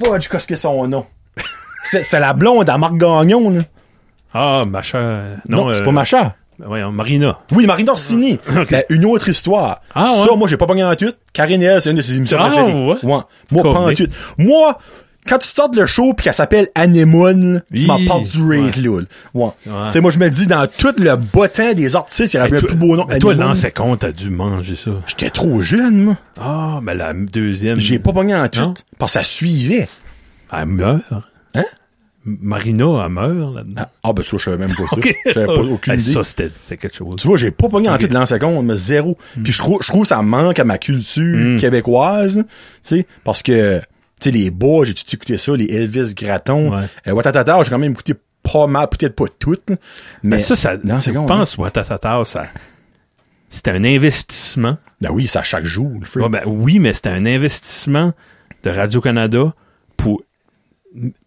S1: Fudge, qu'est-ce que son nom? c'est c'est la blonde à Marc Gagnon, là.
S2: Ah, Macha.
S1: Non,
S2: Non,
S1: c'est
S2: euh,
S1: pas Macha.
S2: voyons, Marina.
S1: Oui, Marine Orsini. Ben, une autre histoire.
S2: Ah, ouais.
S1: Ça, moi, j'ai pas pogné en tweet. Karine, elle, c'est une de ses émissions
S2: Ah,
S1: préférées.
S2: ouais.
S1: Moi, pas en
S2: Corné.
S1: tweet. Moi, quand tu sortes le show pis qu'elle s'appelle Anemone, tu
S2: Hi.
S1: m'en parles du rate,
S2: Ouais.
S1: là. là. Ouais.
S2: Ouais.
S1: Tu sais, moi, je me dis, dans tout le bottin des artistes, il y avait
S2: Hey,
S1: le
S2: toi-
S1: plus beau nom.
S2: mais toi,
S1: Anemone.
S2: l'ancien compte, t'as dû manger ça.
S1: J'étais trop jeune, moi.
S2: Ah, ben la deuxième.
S1: J'ai pas pogné en
S2: Non.
S1: tweet. Parce que ça suivait.
S2: Elle meurt.
S1: Hein?
S2: M- Marina, elle meurt là-dedans.
S1: Ah, ben, tu vois, je savais même pas ça.
S2: Ok.
S1: J'avais pas aucune
S2: Hey,
S1: idée.
S2: Ça, c'était c'était quelque chose.
S1: Tu vois, j'ai pas pogné en
S2: Ok. Mm.
S1: tout de l'an seconde, mais zéro. Puis je trouve, je trouve ça manque à ma culture québécoise, tu sais, parce que, tu sais, les bois, j'ai tout écouté ça, les Elvis Gratton,
S2: Ouais.
S1: euh, Watatata, j'ai quand même écouté pas mal, peut-être pas toutes, là, mais,
S2: Mais ça, ça.
S1: Non, c'est
S2: je
S1: con, hein.
S2: pense, Watatata, ça. C'était un investissement.
S1: ben oui, c'est à chaque jour, le frère.
S2: Ouais, ben oui, mais c'était un investissement de Radio-Canada pour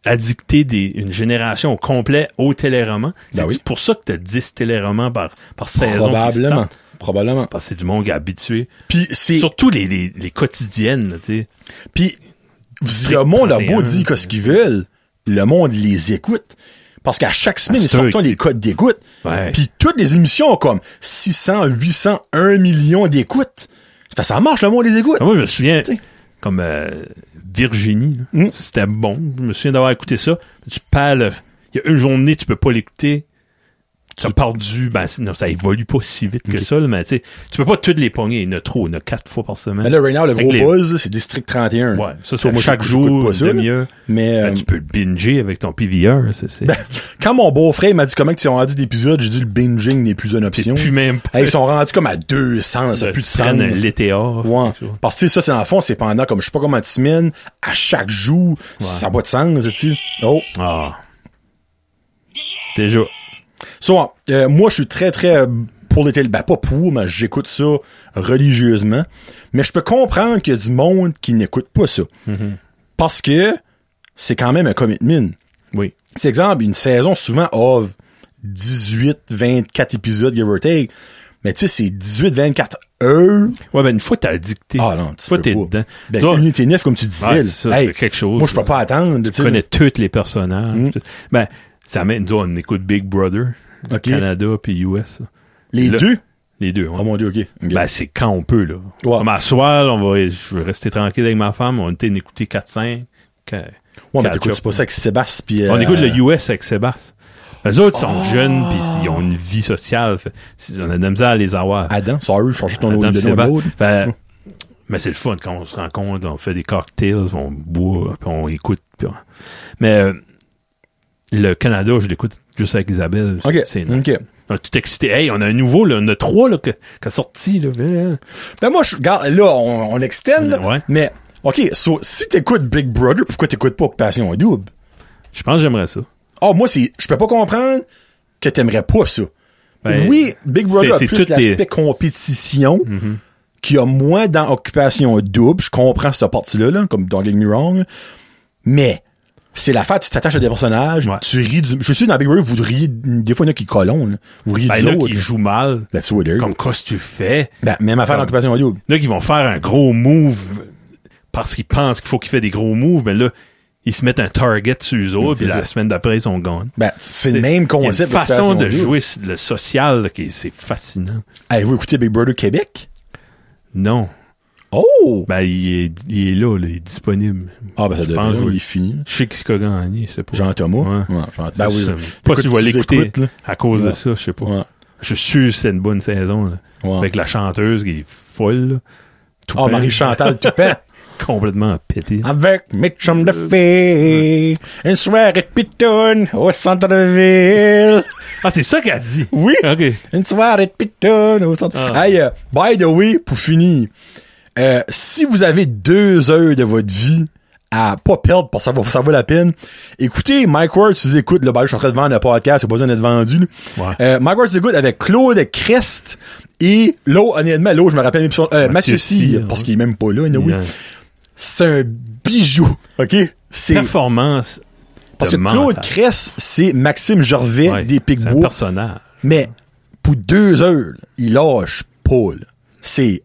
S2: addicter des, une génération au complet au téléroman. C'est
S1: Ben oui.
S2: pour ça que t'as 10 téléromans par, par saison. qui se
S1: Probablement.
S2: tentent.
S1: probablement.
S2: Parce que c'est du monde qui est habitué.
S1: Puis c'est
S2: Surtout les, les, les quotidiennes, là, tu sais.
S1: Puis le monde a beau dire que ce qu'ils veulent, le monde les écoute. Parce qu'à chaque semaine,
S2: Ah,
S1: ils
S2: c'est
S1: sortent
S2: eux.
S1: les codes d'écoute.
S2: Ouais.
S1: Puis toutes les émissions ont comme 600, 800, 1 million d'écoutes. Fait que Ça marche, le monde les écoute.
S2: Ah, moi, je me souviens,
S1: Tu sais.
S2: comme euh, Virginie, là,
S1: Mm.
S2: c'était bon. Je me souviens d'avoir écouté ça. Tu parles, euh, il y a une journée, tu peux pas l'écouter. Tu as perdu, ben, c'est- non, ça évolue pas si vite que ça, là, mais tu sais, tu peux pas toutes les pogner. Il y en a trop, il y en a quatre fois par semaine.
S1: Mais Ben là, right now, le gros
S2: Avec les-
S1: buzz, c'est District 31.
S2: ouais,
S1: So,
S2: ça, c'est
S1: moi,
S2: chaque
S1: j'écoute-
S2: jour,
S1: j'écoute pas ça,
S2: une demi-heure.
S1: Mais
S2: Ben,
S1: euh, Ben,
S2: tu peux le binger avec ton PVR, c'est, c'est,
S1: quand mon beau-frère m'a dit comment ils ont rendu d'épisodes, j'ai dit le binging n'est plus une
S2: c'est
S1: option.
S2: plus même pas.
S1: Hey, ils sont rendus comme à 200, ça n'a
S2: Tu
S1: plus de
S2: prends
S1: sens.
S2: un LTR,
S1: Ouais.
S2: quelque chose.
S1: Parce que ça, c'est dans le fond, c'est pendant comme je sais pas combien de semaines, à chaque jour, ça n'a pas de sens, tu sais. Oh.
S2: Ah. Déjà.
S1: So, euh, moi, je suis très, très euh, pour les télé... Ben, pas pour, mais j'écoute ça religieusement. Mais je peux comprendre qu'il y a du monde qui n'écoute pas ça.
S2: Mm-hmm.
S1: Parce que c'est quand même un commitment.
S2: Oui.
S1: C'est exemple, une saison souvent a 18, 24 épisodes, give or take. Mais tu sais, c'est 18, 24 heures.
S2: Ouais, ben, une fois t'as dicté.
S1: Ah non, tu
S2: Une fois
S1: peux
S2: t'es
S1: pas.
S2: dedans.
S1: Ben,
S2: Toi,
S1: Unité 9, comme tu disais.
S2: Ouais,
S1: là.
S2: ça, c'est quelque chose,
S1: Moi, je peux
S2: là.
S1: pas attendre.
S2: tu connais tous les personnages.
S1: Hmm.
S2: Tout- Ben, ça met, nous, autres, on écoute Big Brother,
S1: Ok.
S2: Canada puis US, là.
S1: Les
S2: le-
S1: deux?
S2: les deux. ouais.
S1: Oh mon dieu, ok. Ok.
S2: Ben, c'est quand on peut, là.
S1: Ouais.
S2: Comme à soir, on va, je veux rester tranquille avec ma femme, on était d'écouter 4-5. que-
S1: ouais, mais
S2: catch
S1: t'écoutes
S2: up.
S1: pas ça avec Sébastien pis,
S2: On
S1: euh,
S2: écoute le US avec Sébastien. Les autres sont
S1: Ah.
S2: jeunes puis ils ont une vie sociale. Fait, si- on a de la misère à les avoir.
S1: Adam, sorry, je change ton
S2: Adam
S1: nom
S2: pis
S1: de nom à l'autre.
S2: Sébastien. Fait, mais c'est le fun quand on se rencontre, on fait des cocktails, on boit, puis on écoute. puis on- Mais euh, le Canada, je l'écoute juste avec Isabelle.
S1: Ok.
S2: C'est nice.
S1: ok.
S2: On est tout excité. Hey, on a un nouveau, là, on a trois là, que- qui a sorti. Là, Ben,
S1: Ben, moi, je, regarde, là, on, on extend, là.
S2: Ouais.
S1: Mais, ok, so, si t'écoutes Big Brother, pourquoi t'écoutes pas Passion Double?
S2: Je pense que j'aimerais ça.
S1: Ah, moi, c'est, je peux pas comprendre que t'aimerais pas ça.
S2: Ben,
S1: oui, Big Brother a
S2: c'est- c'est
S1: plus
S2: toutes les- Mhm.
S1: l'aspect compétition, qui a moins dans Occupation Double. Je comprends cette partie-là, là, comme Don't Get Me Wrong. Mais, c'est l'affaire, tu t'attaches à des personnages,
S2: Ouais.
S1: tu ris du, je suis sûr, dans Big Brother, vous riez, des fois, il y en a qui collons, là. Vous riez
S2: Ben,
S1: du
S2: là,
S1: autre. Ben,
S2: qui joue mal.
S1: That's what it is.
S2: Comme, qu'est-ce que tu fais?
S1: Ben, même affaire
S2: comme-
S1: dans Occupation Double.
S2: Là, qui vont faire un gros move parce qu'ils pensent qu'il faut qu'ils fassent des gros moves, mais là, ils se mettent un target sur eux autres,
S1: c'est
S2: puis la
S1: ça.
S2: semaine d'après, ils sont gone.
S1: Ben, c'est le même
S2: Il y a
S1: concept.
S2: une façon
S1: d'Occupation
S2: de
S1: Double.
S2: jouer s- le social, là, qui c'est fascinant.
S1: Avez-vous écouté Big Brother Québec?
S2: Non.
S1: Oh!
S2: Ben, il est, il est là, là, il est disponible.
S1: Ah, ben, ça
S2: Je pense
S1: dépend.
S2: que-
S1: Il est fini.
S2: Je sais qui ce qu'a gagné, je sais pas.
S1: Jean-Thomas.
S2: Ouais.
S1: Ouais, Jean- ben oui.
S2: Je sais Pas si je vais
S1: Écoute, tu
S2: l'écouter
S1: écoutes, là.
S2: à cause de
S1: Ouais.
S2: ça, je sais pas.
S1: Ouais.
S2: Je suis sûr que c'est une bonne saison, là.
S1: Ouais.
S2: Avec la chanteuse qui est folle, là. Tout
S1: Ah,
S2: plein.
S1: Marie-Chantal Toupin.
S2: Complètement pété.
S1: Avec mes chums de filles. Une soirée pitoune au centre-ville.
S2: Ah, c'est ça qu'elle dit.
S1: Oui.
S2: OK.
S1: Une soirée de pitoune au centre
S2: Ah.
S1: Hey, euh, by the way, pour finir, euh, si vous avez deux heures de votre vie à pas perdre parce que ça vaut, ça vaut la peine, écoutez Mike Ward, si vous écoutez, là, ben, je suis en train de vendre le podcast, c'est pas besoin d'être vendu. là.
S2: Ouais.
S1: Euh, Mike Ward, si vous écoutez avec Claude Crest et l'autre, honnêtement, l'autre, je me rappelle même plus son- euh, Mathieu
S2: Mathieu
S1: Cyr,
S2: Cyr,
S1: parce
S2: ouais.
S1: qu'il est même pas là, anyway.
S2: Il y a une
S1: C'est un bijou, ok? C'est,
S2: Performance.
S1: parce
S2: de
S1: que Claude
S2: mental.
S1: Crest, c'est Maxime Gervais
S2: Ouais,
S1: des
S2: C'est un
S1: Picbois.
S2: personnage.
S1: Mais pour deux heures, là, il lâche pas. là. C'est.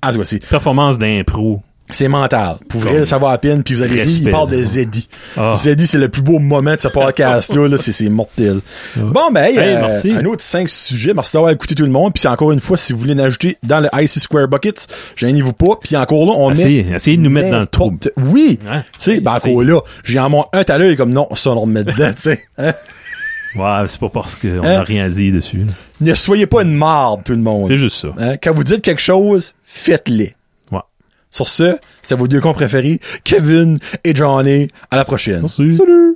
S1: En tout cas, c'est-
S2: Performance d'impro.
S1: c'est mental. Pour vrai,
S2: Comme
S1: ça va à peine, puis vous allez rire, il
S2: respect,
S1: parle
S2: là.
S1: de Zeddy.
S2: Ah.
S1: Zeddy, c'est le plus beau moment de ce podcast-là, là, c'est c'est mortel. Bon, ben, hey,
S2: Ah. Hey,
S1: euh,
S2: merci.
S1: un autre cinq sujets. Merci d'avoir écouté tout le monde, puis encore une fois, si vous voulez en ajouter dans le IC Square Buckets, gênez-vous pas, puis encore là, on met...
S2: Essayez, essayez de nous mettre dans le trou.
S1: n'importe- Oui!
S2: Hein?
S1: Tu sais, ben,
S2: Essayez.
S1: encore là, j'ai en monte un talent, il est comme, non, ça, on le remet dedans, tu sais. Hein?
S2: Ouais, c'est pas parce qu'on
S1: Hein?
S2: n'a rien dit dessus. là.
S1: Ne soyez pas une marde, tout le monde.
S2: C'est juste ça.
S1: Hein, Quand vous dites quelque chose, faites-le.
S2: Ouais.
S1: Sur ce, c'est vos deux cons préférés, Kevin et Johnny. À la prochaine.
S2: Merci.
S1: Salut.